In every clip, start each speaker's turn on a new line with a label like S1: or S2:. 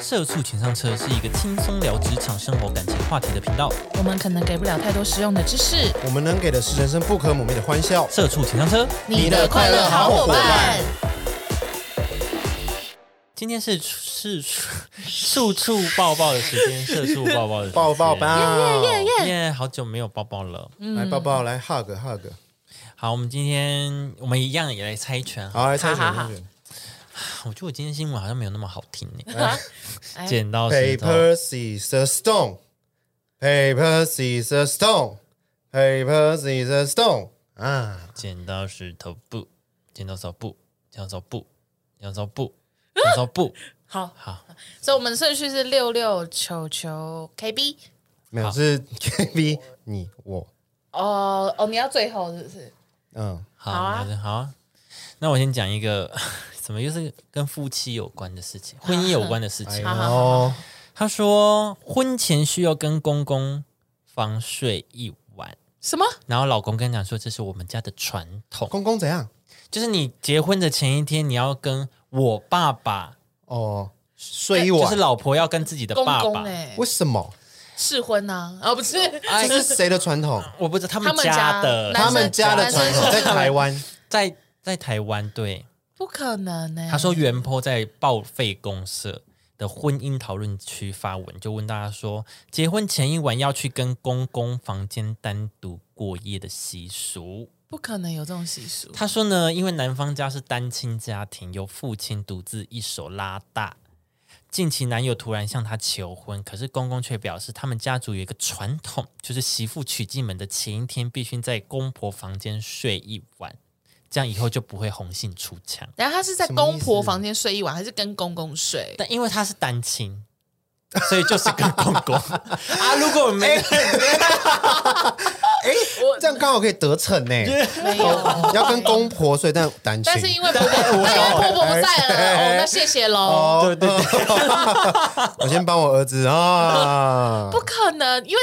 S1: 社畜情商车是一个轻松聊职场、生活、感情话题的频道。
S2: 我们可能给不了太多实用的知识，
S3: 我们能给的是人生不可磨灭的欢笑。
S1: 社畜情商车，
S3: 你的快乐好伙伴。
S1: 今天是是处处抱抱的时间，社畜抱抱的时间
S3: 抱抱吧，
S1: 耶好久没有抱抱了。
S3: 来抱抱，来 hug hug，
S1: 好，我们今天我们一样也来猜拳。
S3: 好来猜拳
S2: 好好
S3: 猜
S2: 好
S3: 拳
S1: 我觉得我今天新闻好像没有那么好听呢。
S2: 哎
S1: 剪刀石头
S3: ，Paper scissors stone，Paper scissors stone，Paper scissors stone，啊，
S1: 剪刀石头布，剪刀手布，剪刀手布，剪刀手布，剪刀手布。
S2: 好，
S1: 好，
S2: 所以我们的顺序是六六球球 KB。
S3: 没有是 KB 你我，
S2: 哦哦，你要最后是不是？
S3: 嗯，
S1: 好，
S2: 好啊
S1: 那就好啊。那我先讲一个， 怎么又是跟夫妻有关的事 情，婚姻有关的事情。
S2: 好好
S3: 哦，
S1: 他说，婚前需要跟公公房睡一晚，
S2: 什么？
S1: 然后老公跟你讲说，这是我们家的传统，
S3: 公公怎样？
S1: 就是你结婚的前一天，你要跟我爸爸，
S3: 哦，睡一
S1: 就是
S3: 晚，
S1: 老婆要跟自己的
S2: 公
S1: 爸
S2: 公
S1: 爸。
S2: 哎、
S3: 为什么？
S2: 试婚呐、啊？哦，不是，
S1: 哎
S3: 这是谁的传统？
S1: 我不知道他
S2: 他
S1: 们
S2: 们
S1: 家
S2: 家
S1: 的，
S2: 男
S3: 他
S2: 生
S3: 们家的传统
S2: 男
S3: 在
S2: 生
S3: 台湾，
S1: 在在台湾对。
S2: 不可能呢、欸
S1: 他说，袁坡在报废公社的婚姻讨论区发文，就问大家说，结婚前一晚要去跟公公房间单独过夜的习俗。
S2: 不可能有这种习俗。
S1: 他说呢，因为男方家是单亲家庭，由父亲独自一手拉大。近期男友突然向她求婚，可是公公却表示，他们家族有一个传统，就是媳妇娶进门的前一天必须在公婆房间睡一晚，这样以后就不会红杏出墙。
S2: 然后他是在
S3: 什么意
S2: 公婆
S3: 思
S2: 房间睡一晚，还是跟公公睡？
S1: 但因为他是单亲，所以就是跟公 公啊。如果没、
S3: 哎这样刚好可以得逞呢。
S2: 没
S3: 哦
S2: 有，
S3: 要跟公婆睡，但单亲。
S2: 但是因为婆婆，因为婆婆不在
S3: 哎
S2: 了，哦，那谢谢喽。
S3: 对对
S1: 哦
S3: 对， 我先帮我儿子啊
S2: 不。可能，因为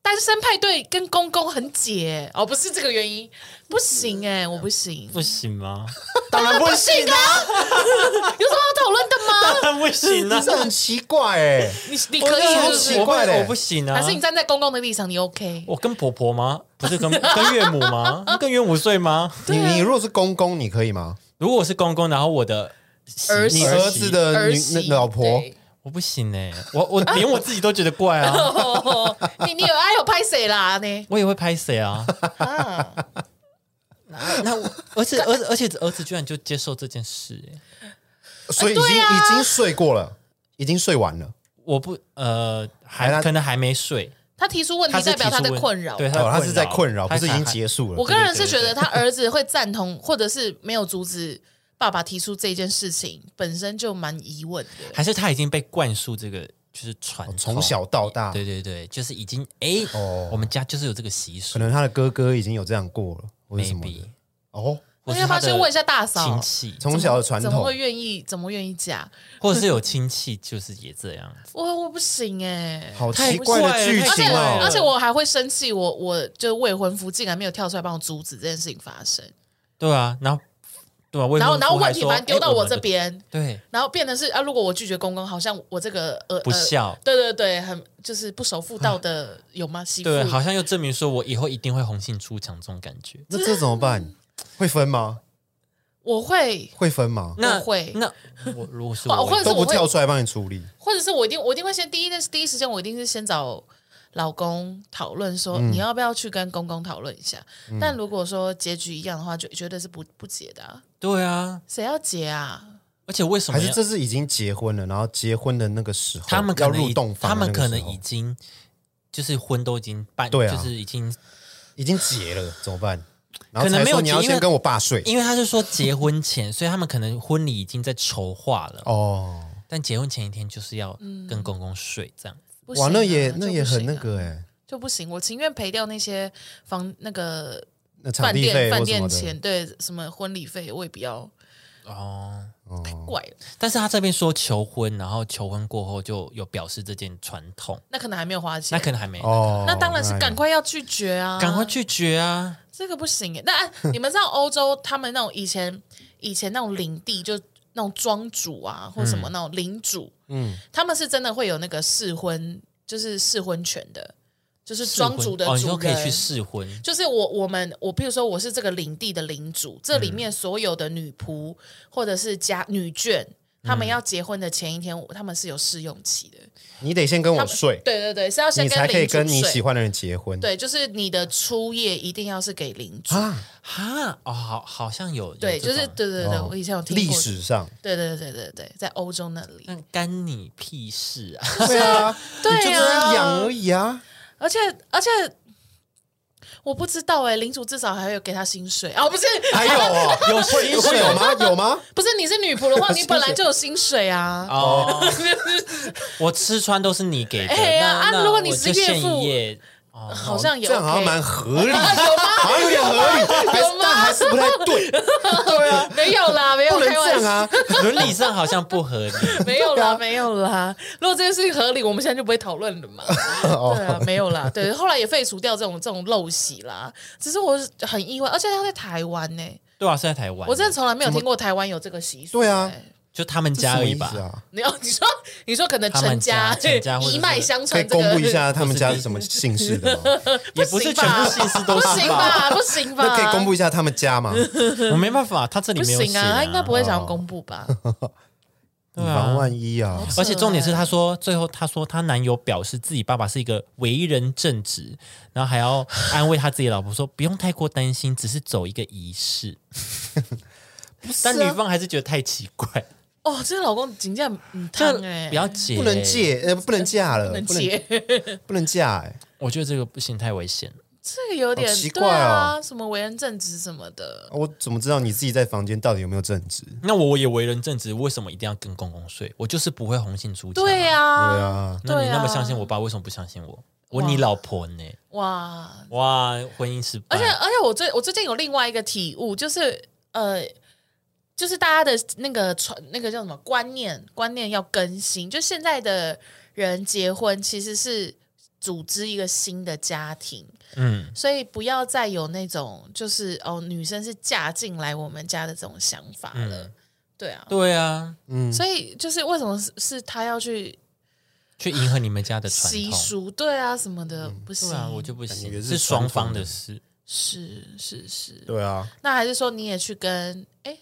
S2: 单身派对跟公公很解哦，不是这个原因，不行哎、我不 行，
S1: 不行吗？
S3: 当然不
S2: 不行啊，有什么好讨论的吗？
S1: 当然不行啊！
S3: 这很奇怪哎。
S2: 你你可以是不是
S3: 我觉得很奇怪的
S1: 我不我不行啊！
S2: 还是你站在公公的立场，你 OK？
S1: 我跟婆婆吗？不是跟跟岳母吗？跟岳母睡吗？
S3: 你
S2: 啊
S3: 你如果是公公，你可以吗？
S1: 如果我是公公，然后我的媳
S2: 儿媳
S3: 你
S1: 你
S3: 儿子，的
S2: 儿
S3: 女
S2: 媳
S3: 那老婆，
S2: 对
S1: 我不行哎、我我连我自己都觉得怪 啊！
S2: 哦 你你有哎有拍谁啦呢？
S1: 我也会拍谁 啊？
S2: 啊，
S1: 那我而且而而且儿子居然就接受这件事、欸，
S3: 所
S2: 哎啊
S3: 以已经已经睡过了，已经睡完了。
S1: 我不呃
S3: 哎
S1: 还
S3: 那
S1: 可能还没睡，
S2: 他提出问
S1: 他
S2: 题
S1: 是
S2: 代表
S1: 提
S2: 他
S1: 出
S2: 的
S1: 问
S2: 困扰。
S1: 对，
S3: 哦，他是在
S1: 扰
S3: 困扰，不
S1: 他
S3: 是已经结束
S2: 我
S3: 了。
S2: 个人是觉得他儿子会赞同，或者是没有阻止爸爸提出这件事情，本身就蛮疑问的。
S1: 还是他已经被灌输这个就是传统，
S3: 哦从小到大，
S1: 对对对，就是已经哎，
S3: 哦
S1: 我们家就是有这个习俗
S3: 可能他的哥哥已经有这样过了，或者什么
S1: ，maybe
S3: 的。哦，
S1: 或
S2: 那
S1: 是
S2: 要不要
S1: 他的
S2: 先问一下大嫂
S1: 亲？戚，
S3: 从小的传
S2: 怎么
S3: 统
S2: 会。愿意？怎么愿意嫁？
S1: 或者是有亲戚就是也这样，
S2: 我我不行哎、
S3: 好
S1: 太
S3: 奇怪的
S1: 怪
S3: 剧
S1: 太
S2: 而且
S3: 情
S1: 怪
S3: 哦
S1: 了！
S2: 而且我还会生气，我我就未婚夫竟然没有跳出来帮我阻止这件事情发生，
S1: 对啊，然后对啊，未
S2: 然后
S1: 婚
S2: 然后
S1: 夫还
S2: 问题
S1: 说
S2: 反正丢
S1: 哎
S2: 到我
S1: 们
S2: 这
S1: 的
S2: 边，
S1: 对，
S2: 然后变得是啊，如果我拒绝公公，好像我这个呃
S1: 不孝
S2: 呃，对对对，很就是不守妇道的、有吗？媳妇
S1: 啊对，好像又证明说我以后一定会红杏出墙这种感觉。
S3: 那这怎么办？会分吗？
S2: 我会
S3: 会分吗？
S1: 那
S2: 会
S1: 那我如果是
S2: 哇
S1: 我
S2: 或者是
S3: 都
S2: 我
S3: 不
S2: 会
S3: 跳出来帮你处理。
S2: 或者是我一定我一定会先第一件第一时间我一定是先找老公讨论说、
S1: 嗯
S2: 你要不要去跟公公讨论一下。但如果说结局一样的话，就绝对是不不结的、啊，
S1: 对啊，
S2: 谁要结啊？
S1: 而且为什么
S3: 还是
S1: 要
S3: 这是已经结婚了，然后结婚的那个时候，
S1: 他们可
S3: 要
S1: 能
S3: 入
S1: 已
S3: 洞房
S1: 他
S3: 的那
S1: 们
S3: 个时
S1: 可
S3: 候，
S1: 能已经就是婚都已经办，
S3: 对啊
S1: 就是已经，
S3: 已经结了，怎么办？然后
S1: 可能
S3: 才
S1: 没有
S3: 说你要
S1: 结因为
S3: 先跟我爸睡
S1: 因为他是说结婚前，所以他们可能婚礼已经在筹划了，
S3: 哦，
S1: 但结婚前一天就是要跟公公睡这样。
S2: 不行啊
S3: 哇，那也
S2: 就不
S3: 那也
S2: 行
S3: 很
S2: 啊
S3: 那个哎，
S2: 就不行，我情愿赔掉那些房那个
S3: 那场
S2: 饭
S3: 地费
S2: 店
S3: 或
S2: 饭
S3: 什
S2: 店
S3: 么
S2: 钱，
S3: 的，
S2: 对什么婚礼费，我也不要，
S1: 哦，
S2: 太怪了。
S1: 但是他这边说求婚，然后求婚过后就有表示这件传统，
S2: 那可能还没有花钱，
S1: 那可能还没，
S3: 哦，
S2: 那当然是赶
S3: 哎
S2: 快要拒绝啊，
S1: 赶快拒绝啊！
S2: 这个不行耶。那 哎你们知道欧洲他们那种以前以前那种领地，就那种庄主啊，或什么那种领主，嗯，他们是真的会有那个试婚，就是试婚权的，就是
S1: 试
S2: 庄
S1: 婚
S2: 主的
S1: 哦，你
S2: 主
S1: 说可以去
S2: 人。
S1: 试婚，
S2: 就是我我们我，譬如说我是这个领地的领主，这
S3: 嗯
S2: 里面所有的女仆或者是家女眷，她
S3: 嗯
S2: 们要结婚的前一天，她们是有试用期的。
S3: 你得先跟
S2: 他
S3: 我
S2: 们
S3: 睡，
S2: 对对对，是要先
S3: 你才可以
S2: 领主
S3: 跟你
S2: 睡
S3: 喜欢的人结婚。
S2: 对，就是你的初夜一定要是给领主。
S3: 啊，
S1: 哈哦，好，好像有有
S2: 对，
S1: 这
S2: 就是
S1: 种
S2: 对对对，
S3: 哦
S2: 我以前有听过。
S3: 历 史上，
S2: 对对对对对，在欧洲那里。
S1: 那干你屁事啊！
S3: 对啊，
S2: 对啊
S3: 你就只是养而已啊。
S2: 而且而且我不知道哎、领主至少还有给他薪水啊，不是
S3: 还有 哦，
S1: 有
S3: 会
S1: 薪
S3: 会
S1: 水
S3: 有吗？有吗？
S2: 不是，你是女 仆的话，你本来就有薪水啊。
S1: 哦， 我吃穿都是你给的。
S2: 哎呀
S1: 那
S2: 啊
S1: 那
S2: 如果你
S1: 我
S2: 是
S1: 就
S2: 岳
S1: 现
S2: 父
S1: 夜，哦，
S2: 好像也
S3: 这
S2: OK、
S3: 样好像蛮合理，
S2: 啊 有吗？
S3: 好像有点合理，还是但还是不太 对。对啊，
S2: 没有啦，没有
S3: 不能
S2: 开
S3: 这
S2: 玩
S3: 样
S2: 笑，
S3: 啊。
S1: 伦理上好像不合理。
S2: 没有
S3: 对
S2: 啦，
S3: 啊
S2: 没有啦。如果这件事情合理，我们现在就不会讨论了 嘛。
S3: 哦
S2: 对啊，没有啦。对，后来也废除掉这种这种陋习啦。只是我很意外，而且他在台湾呢、
S1: 对啊，是在台湾，
S2: 我真的从来没有听过台湾有这个习俗、
S3: 对啊
S2: 哎
S1: 就他们
S3: 这
S1: 家
S3: 什
S1: 而
S3: 么
S1: 已
S3: 意
S1: 吧。
S3: 思啊？
S2: 你要你说你说可能
S1: 他
S2: 成
S1: 们
S2: 家
S1: 家成 家或者
S2: 一
S1: 是
S2: 脉相
S3: 可以
S2: 传，
S3: 公布 一，下他们家是什么姓氏的吗？
S1: 也不是
S2: 行
S1: 全
S2: 吧
S1: 部姓氏都
S2: 不
S1: 是
S2: 行吧？不行吧？
S3: 那可以公布一下他们家吗？
S1: 我没办法，他这里
S2: 不
S1: 没有
S2: 行
S1: 写
S2: 啊？他应该不会想要
S3: 哦
S2: 公布 吧？
S3: 以
S1: 对
S3: 防
S1: 啊。
S3: 万一啊。
S1: 而且重点是，她说最后她说她男友表示自己爸爸是一个为人正直，然后还要安慰她自己老婆说不用太过担心，只是走一个仪
S2: 啊
S1: 式。但女方还是觉得太奇怪，
S2: 哦，这个老公请假嗯，
S1: 这
S2: 汤哎，
S1: 不要结，
S3: 不能。借，呃，不能嫁了，
S2: 不能
S3: 不能
S2: 接，
S3: 不能 嫁，哎，
S1: 我觉得这个不行，太危险了。
S2: 这个有点
S3: 好奇怪
S2: 对
S3: 哦
S2: 啊，什么为人正直什么的，
S3: 我怎么知道你自己在房间到底有没有正直？
S1: 那我也为人正直，为什么一定要跟公公睡？我就是不会红杏出墙。
S2: 对
S3: 对
S2: 啊，
S3: 啊，
S1: 那你那么
S2: 对啊
S1: 相信我爸，为什么不相信我？我
S2: 哇
S1: 你老婆呢？
S2: 哇，
S1: 哇，婚姻失败。
S2: 而
S3: 哎
S2: 且而且我最我最近有另外一个体悟，就是呃，就是大家的那个传那个叫什么观念观念要更新，就现在的人结婚其实是组织一个新的家庭，
S1: 嗯，
S2: 所以不要再有那种就是哦女生是嫁进来我们家的这种想法了，对啊。
S1: 对啊，
S3: 嗯，
S2: 所以就是为什么是是他要去
S1: 去迎合你们家的传
S2: 习
S1: 统。
S2: 俗，对啊什么的，不行，
S1: 对啊，我就不
S3: 感觉
S1: 行，
S3: 是
S1: 是双方
S3: 传统
S1: 的
S3: 的
S1: 事。
S2: 是是是，
S3: 对啊，
S2: 那还是说你也去跟哎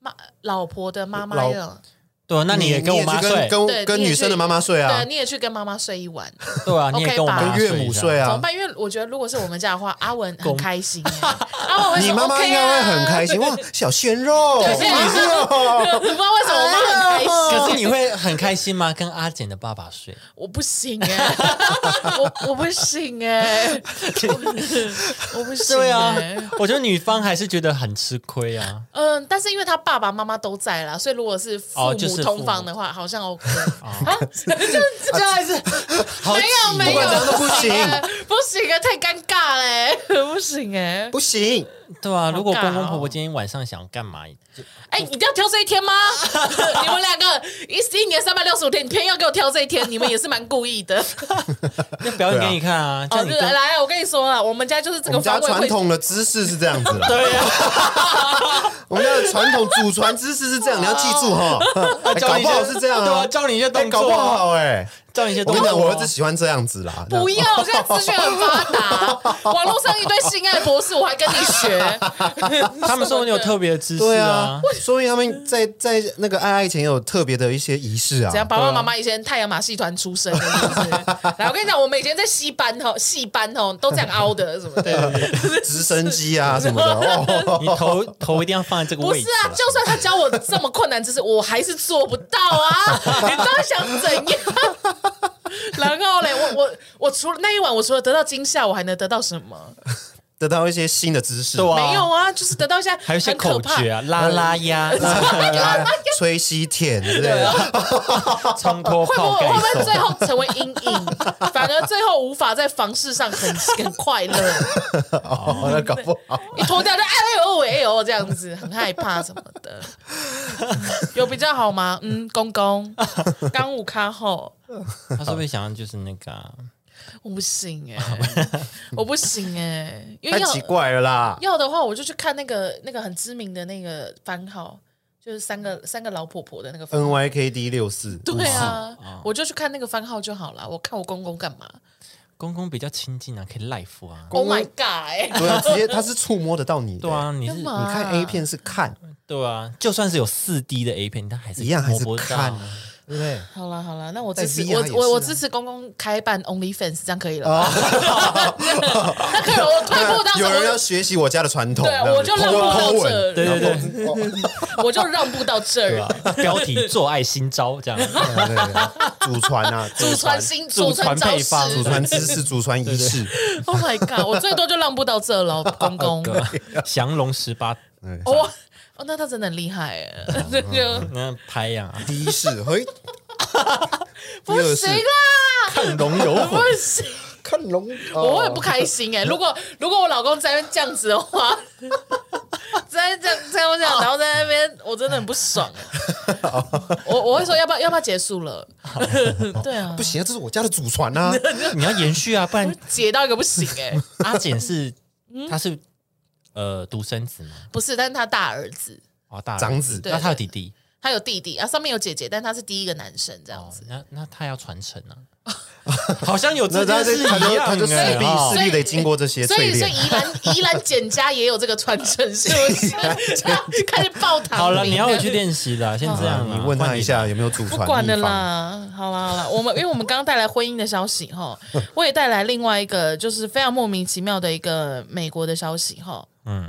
S2: 妈老婆的妈妈
S3: 老
S2: 要，
S1: 对啊，那你也跟我
S3: 也
S1: 妈
S3: 去
S1: 睡，
S3: 跟
S2: 对
S3: 跟跟
S2: 你也
S3: 女
S2: 去
S3: 生的妈妈睡啊
S2: 对，，你也去跟妈妈睡一晚，
S1: 对啊，你也跟我妈
S2: 跟
S3: 岳母睡
S1: 啊。
S2: 怎么
S3: 啊。
S2: 办？因为我觉得如果是我们家的话，阿文很
S1: 公
S2: 开心欸，阿文会
S3: 你
S2: 说
S3: 妈妈
S2: OK
S3: 应该会很开心
S2: 啊
S3: 哇，小鲜肉，
S1: 可是你是
S2: 我不知道为什么我妈很开心，
S1: 可是你会很开心吗？跟阿简的爸爸 睡，
S2: 我不行哎、我我不行哎、我不行、
S1: 对啊
S2: 欸。，
S1: 我觉得女方还是觉得很吃亏啊。
S2: 嗯，但是因为他爸爸妈妈都在啦，所以如果是父
S1: 哦就是
S2: 母
S1: 父
S2: 同房
S1: 母
S2: 的话，好像 OK。
S3: 哦
S2: 啊
S1: 这还是好
S2: 没有
S1: 挤
S2: 没
S3: 不
S2: 有
S3: 管，怎样都不行
S2: 哎 不行啊，太尴尬嘞、不行哎、
S3: 不行，
S1: 对啊，如果
S2: 尬
S1: 公公婆
S2: 哦
S1: 婆今天晚上想干嘛，
S2: 哎、你一定要挑这一天吗？ 你们两个一一年三百六十五天，你偏要给我挑这一天，你们也是蛮故意 的。
S1: 那表演给你看啊，叫
S2: 哦，
S1: 你
S2: 对，
S1: 跟
S2: 来啊，我跟你说啊，我们家就是这个
S3: 我们家
S2: 方位
S3: 传
S2: 会
S3: 统的姿势是这样 子啦。对呀，
S1: 啊
S3: 我们家的传统祖传姿势是这样，你要记住哈。哎
S1: 教
S3: 搞
S1: 你一
S3: 不
S1: 些
S3: 好是这 样
S1: 对啊，
S3: 啊，
S1: 教你一些
S3: 哎
S1: 动
S3: 搞
S1: 作
S3: 不
S1: 啊，
S3: 好哎，
S1: 教你一些
S3: 我
S1: 动
S3: 跟
S1: 作
S3: 你
S1: 啊。
S3: 讲，我儿子喜欢这样子啦。
S2: 不要，我现在资讯很发 达，网络上一堆性爱博士，我还跟你学。
S1: 他们说你有特别的知识
S3: 对啊，，所以他们在在那个爱爱前有特别的一些仪式啊
S2: 怎。样？爸爸妈妈以前太阳马戏团出身的，是不是？来，我跟你讲，我们以前在戏班吼，戏班吼都这样凹的，什么的。
S3: 直升机 啊什么的。哦，
S1: 你头头一定要放在这个
S2: 不
S1: 位
S2: 是
S1: 置
S2: 啊，
S1: 啦。
S2: 就算他教我这么困难知识，我还是做不到啊！你到底想怎样？然后嘞，我我我除了那一晚，我除了得到惊吓，我还能得到什么？
S3: 得到一些新的知识，
S1: 对啊
S2: 没有啊，就是得到一些
S1: 还有一些
S2: 很可
S1: 口
S2: 怕
S1: 诀啊，拉拉 呀，拉
S3: 来吹吸舔之类
S2: 啊
S3: 的，
S1: 冲脱
S2: 会不
S1: 泡
S2: 会
S1: 盖
S2: 会不会最
S1: 手。
S2: 后成为阴影，反而最后无法在房事上很很快乐？
S3: 哦，那搞不好
S2: 一脱掉就哎呦喂哎呦这样子，很害怕什么 的。有比较好吗？嗯，公公刚五咖后，
S1: 他是不是想要就是那个啊
S2: 我不行哎、我不行哎、 因为
S3: 太
S2: 要
S3: 奇怪了啦。
S2: 要的话，我就去看那个那个很知名的那个番号就是三个三个老婆婆的那个番号。
S3: NYKD 六四，
S2: 对啊，我就去看那个番号就好了。我看我公公干嘛
S1: 公公比较亲近啊，可以 life 啊。
S3: 公
S2: ？Oh
S3: 公
S2: my god！哎
S3: 对啊，直接他是触摸得到你的，
S1: 对啊，你是
S2: 干嘛
S3: 你看 A 片是看，
S1: 对啊，就算是有四 D 的 A 片，但还是
S3: 一样还
S1: 摸
S3: 是
S1: 不到
S3: 看啊，对不对？
S2: 好啦好啦，那我支持
S3: 在 VR
S2: 我
S3: 也是啊啊
S2: 我我支持公公开办 OnlyFans，这样可以了吧？ 那可以了，我退步到
S3: 有人要
S2: 我
S3: 学习我家的传统，
S2: 对啊
S3: 这
S2: 我
S3: 样子
S2: 就让步到
S3: 偷
S2: 这
S3: 吻，
S1: 对对对，
S3: 对啊对
S2: 我就让步到这
S1: 对
S2: 儿。
S1: 吧？标题做爱新招这样，
S3: 对，祖传 啊，
S2: 祖传新祖传
S1: 祖
S2: 招
S1: 传配
S2: 式
S1: 方
S3: 祖传知识，祖传仪式，
S2: ，Oh my god！我最多就让步到这了，公公。
S1: 对吧降龙十八
S3: 对
S2: 哦哦，那他真的很厉害哎，
S3: 嗯
S2: 这 就
S1: 那拍呀，
S3: 第一式，嘿，第
S2: 不
S3: 二式
S2: 行，啦，
S1: 看龙游
S2: 不
S1: 魂，
S2: 行，
S3: 看龙，
S2: 我会
S3: 哦
S2: 很不开心哎。如果如果我老公在那边这样子的话， 在这样这样这样，然后在那边，我真的很不爽哎。
S3: 哦
S2: 我我会说要不要要不要结束了？ 对啊
S3: 不，行啊，这是我家的祖传 啊，
S1: 你要延续啊，不然
S2: 解到一个不行哎，
S1: 阿简 是
S2: 嗯
S1: 他是呃独生子嘛，
S2: 不是，但是他大儿子。
S1: 哦大儿
S3: 长子
S1: 那他有弟弟
S2: 他有弟弟啊，上面有姐姐，但他是第一个男生这样
S1: 哦
S2: 子，，
S1: 那那他要传承啊， 好像有
S3: 那
S1: 这
S3: 他
S1: 件
S3: 就
S1: 事
S3: 他
S1: 一
S3: 就
S1: 样
S3: 他就势
S1: 哎
S3: 必
S1: 哦
S3: 势必得经过这些
S2: 所以
S3: 淬
S2: 所
S3: 炼
S2: 以。宜兰宜兰简家也有这个传承，是不是？ 开始 爆糖。
S1: 好了，你要回去。练习了，先这样啦，
S3: 啊你问他一
S1: 换
S3: 下有没有祖传秘
S2: 不
S3: 方？
S2: 管了啦，好啦好啦，我们因为我们刚刚带来婚姻的消息 哈，我也带来另外一个就是非常莫名其妙的一个美国的消息哈，嗯，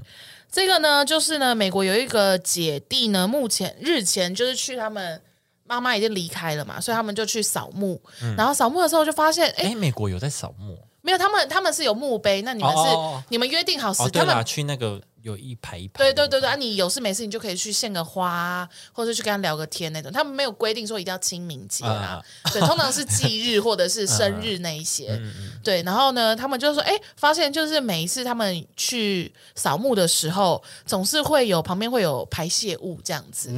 S2: 这个呢就是呢美国有一个姐弟呢，目前日前就是去他们妈妈已经离开了嘛，所以他们就去扫墓，
S1: 嗯
S2: 然后扫墓的时候就发现哎、
S1: 你。哎，美国有在扫墓
S2: 没有，他们他们是有墓碑，那你们是、
S1: 哦哦哦
S2: 你们约定好时，
S1: 哦，对
S2: 他
S1: 啦，
S2: 们
S1: 去那个有一排一排，
S2: 对对对对，啊，你有事没事你就可以去献个花啊，或者去跟他聊个天那种。他们没有规定说一定要清明节啦，对，通常是忌日或者是生日那一些。对，然后呢，他们就说，哎，发现就是每一次他们去扫墓的时候，总是会有旁边会有排泄物这样子。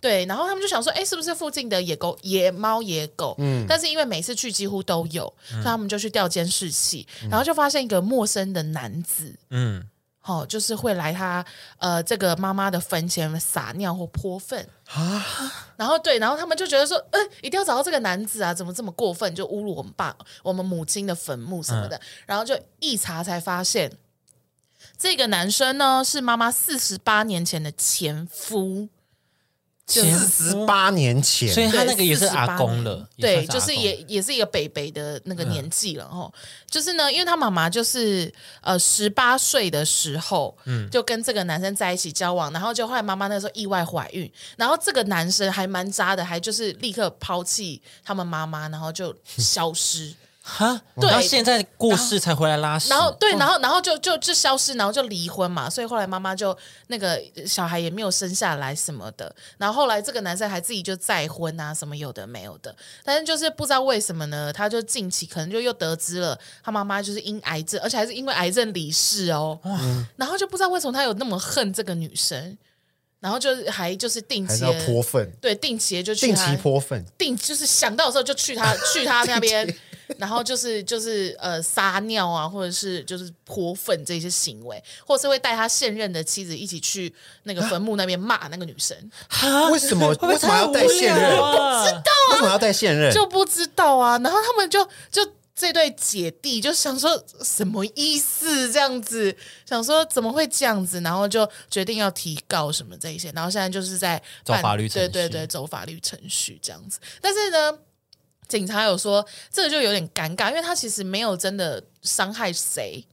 S2: 对，然后他们就想说，哎，是不是附近的野狗、野猫、野狗？嗯，但是因为每次去几乎都有，所以他们就去调监视器，然后就发现一个陌生的男子，
S1: 嗯，
S2: 哦，就是会来他呃这个妈妈的坟前撒尿或泼粪 然后对，然后他们就觉得说，呃，一定要找到这个男子啊，怎么这么过分，就侮辱我们爸、我们母亲的坟墓什么的。然后就一查才发现，这个男生呢是妈妈四十八年前的前夫，
S1: 前
S3: 四十八年前，
S1: 所以他
S2: 对
S1: 那个也是阿公了，
S2: 48对，
S1: 也算
S2: 就是
S1: 阿公嗯
S2: 也也是一个北北的那个年纪了哦。就是呢，因为他妈妈就是呃十八岁的时候，嗯，就跟这个男生在一起交往，然后就后来妈妈那时候意外怀孕，然后这个男生还蛮渣的，还就是立刻抛弃他们妈妈，然后就消失。
S1: 哈，
S2: 对
S1: 到现在过世才回来拉屎，
S2: 然后
S3: 嗯
S2: 对，然后然后就就就消失，然后就离婚嘛，所以后来妈妈就那个呃小孩也没有生下来什么的，然后后来这个男生还自己就再婚啊，什么有的没有的，但是就是不知道为什么呢，他就近期可能就又得知了他妈妈就是因癌症，而且还是因为癌症离世哦，然后就不知道为什么他有那么恨这个女生，然后就还就是定
S3: 还
S2: 期
S3: 是
S2: 地
S3: 要泼粪，
S2: 对定期地就去
S3: 定
S2: 他
S3: 期泼粪，
S2: 定就是想到的时候就去他 去他那边，然后就是就是呃撒尿啊，或者是就是泼粪这些行为，或是会带他现任的妻子一起去那个坟墓那边骂那个女生，
S1: 哈
S3: 为 什么
S1: 会不会
S3: 为什么
S1: 太
S3: 要带现任
S1: 无聊啊？
S3: 为什么要带现任？
S2: 就不知道啊。然后他们就就这对姐弟就想说什么意思这样子，想说怎么会这样子，然后就决定要提告什么这一些，然后现在就是在
S1: 走
S2: 办
S1: 法律程序
S2: 对对对，走法律程序这样子。但是呢，警察有说这个就有点尴尬，因为他其实没有真的伤害谁，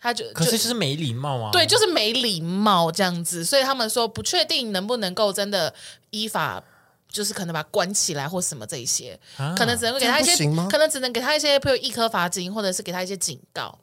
S2: 他就
S1: 可是
S2: 就
S1: 就是没礼貌啊，
S2: 对，就是没礼貌这样子，所以他们说不确定能不能够真的依法，就是可能把他关起来或什么这一些，
S1: 啊
S2: 可能只能够给他一
S3: 这样不
S2: 些
S3: 行吗，
S2: 可能只能给他一些，比如一颗罚金，或者是给他一些警告。